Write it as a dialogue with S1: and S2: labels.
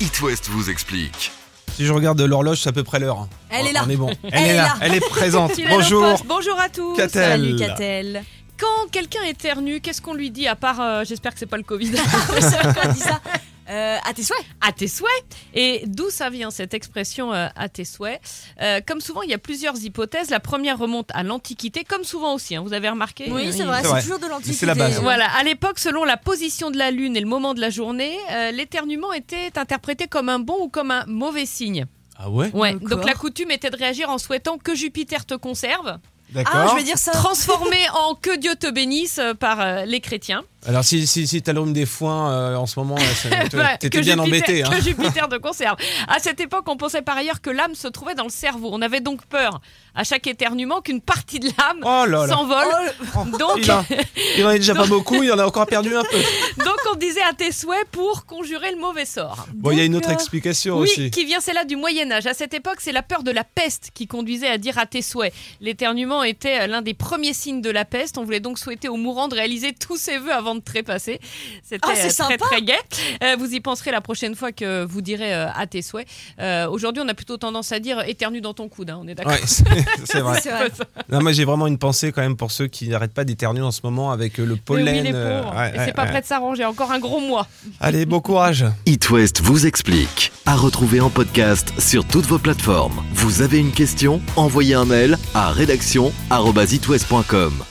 S1: It West vous explique.
S2: Si je regarde l'horloge, c'est à peu près l'heure.
S3: Elle
S2: On-
S3: est là.
S2: On est bon.
S3: Elle est là.
S2: Elle est présente.
S4: Tu l'as dans le
S2: Bonjour.
S4: poste. Bonjour à tous.
S2: Catel.
S3: Salut Catel.
S4: Quand quelqu'un éternue, qu'est-ce qu'on lui dit à part euh, j'espère que c'est pas le Covid
S3: Ah, Toi, dis ça. Euh, à tes souhaits.
S4: À tes souhaits. Et d'où ça vient cette expression euh, à tes souhaits Euh, Comme souvent, il y a plusieurs hypothèses. La première remonte à l'Antiquité, comme souvent aussi. hein, vous avez remarqué
S3: Oui, c'est
S2: c'est
S3: vrai, c'est
S2: vrai.
S3: toujours de l'antiquité.
S2: C'est la base.
S4: Voilà, à l'époque, selon la position de la Lune et le moment de la journée, euh, l'éternuement était interprété comme un bon ou comme un mauvais signe.
S2: Ah ouais
S4: Ouais.
S3: D'accord.
S4: Donc la coutume était de réagir en souhaitant que Jupiter te conserve,
S3: Ah,
S2: D'accord.
S3: je vais dire ça.
S4: transformé en que Dieu te bénisse euh, par euh, les chrétiens.
S2: Alors si, si, si t'as l'homme des foins euh, en ce moment, là, ça-
S4: Ouais,
S2: t'étais bien
S4: Jupiter-
S2: embêté. hein.
S4: Que Jupiter de conserve. À cette époque, on pensait par ailleurs que l'âme se trouvait dans le cerveau. On avait donc peur à chaque éternuement qu'une partie de l'âme
S2: Oh là là.
S4: s'envole. Donc,
S2: Il, en- il en est déjà pas beaucoup, il en a encore perdu un peu.
S4: donc on disait à tes souhaits pour conjurer le mauvais sort.
S2: Bon, il y a une autre
S3: D'accord.
S2: explication
S4: euh, Oui,
S2: aussi.
S4: qui vient celle-là du Moyen Âge. À cette époque, c'est la peur de la peste qui conduisait à dire à tes souhaits. L'éternuement était euh, l'un des premiers signes de la peste. On voulait donc souhaiter aux mourants de réaliser tous ses vœux avant de trépasser. C'était
S3: Ah,
S4: euh,
S3: c'est
S4: très
S3: sympa.
S4: très gai. Euh, vous y penserez la prochaine fois que vous direz euh, à tes souhaits. Euh, Aujourd'hui, on a plutôt tendance à dire éternue dans ton coude. hein, on est d'accord.
S2: Ouais, c'est c'est vrai.
S3: C'est vrai.
S2: Non, moi j'ai vraiment une pensée quand même pour ceux qui n'arrêtent pas d'éternuer en ce moment avec euh, le pollen.
S4: Mais oui, les
S2: euh,
S4: pauvres.
S2: ouais,
S4: Et
S2: ouais,
S4: c'est pas
S2: ouais.
S4: prêt de s'arranger. Encore un gros mois.
S2: Allez, bon courage.
S1: It West vous explique. À retrouver en podcast sur toutes vos plateformes. Vous avez une question Envoyez un mail à rédaction@itwest.com.